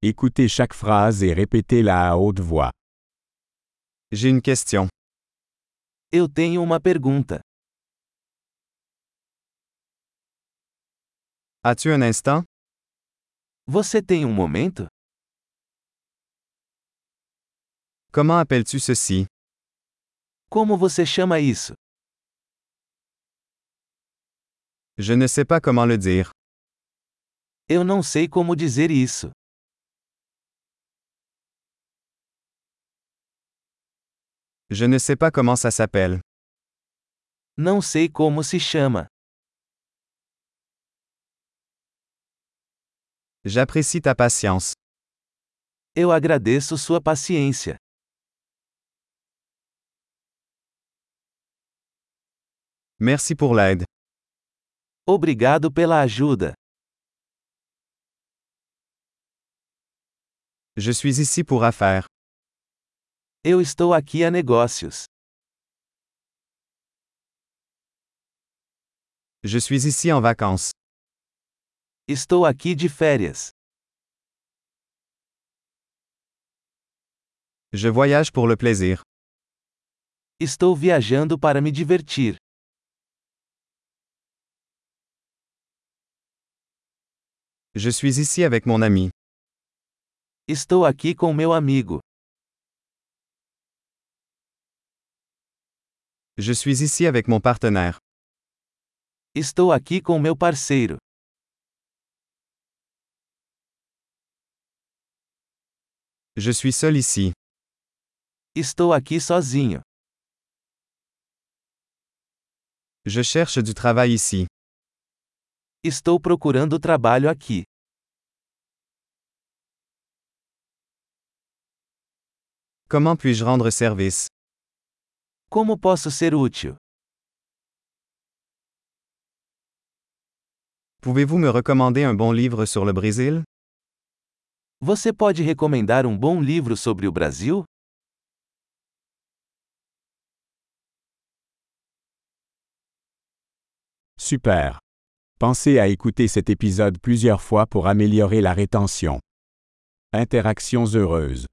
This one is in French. Écoutez chaque phrase et répétez-la à haute voix. J'ai une question. Eu tenho uma pergunta. As-tu un instant? Você tem um momento? Comment appelles-tu ceci? Como você chama isso? Je ne sais pas comment le dire. Eu não sei como dizer isso. Je ne sais pas comment ça s'appelle. Não sei como se chama. J'apprécie ta patience. Eu agradeço sua paciência. Merci pour l'aide. Obrigado pela ajuda. Je suis ici pour affaires. Eu estou aqui a negócios. Je suis ici en vacances. Estou aqui de férias. Je voyage pour le plaisir. Estou viajando para me divertir. Je suis ici avec mon ami. Estou aqui com meu amigo. Je suis ici avec mon partenaire. Estou aqui com meu parceiro. Je suis seul ici. Estou aqui sozinho. Je cherche du travail ici. Estou procurando trabalho aqui. Comment puis-je rendre service? Como posso ser útil? Pouvez-vous me recommander un bon livre sur le Brésil? Você pode recomendar um bom livro sobre o Brasil? Super. Pensez à écouter cet épisode plusieurs fois pour améliorer la rétention. Interactions heureuses.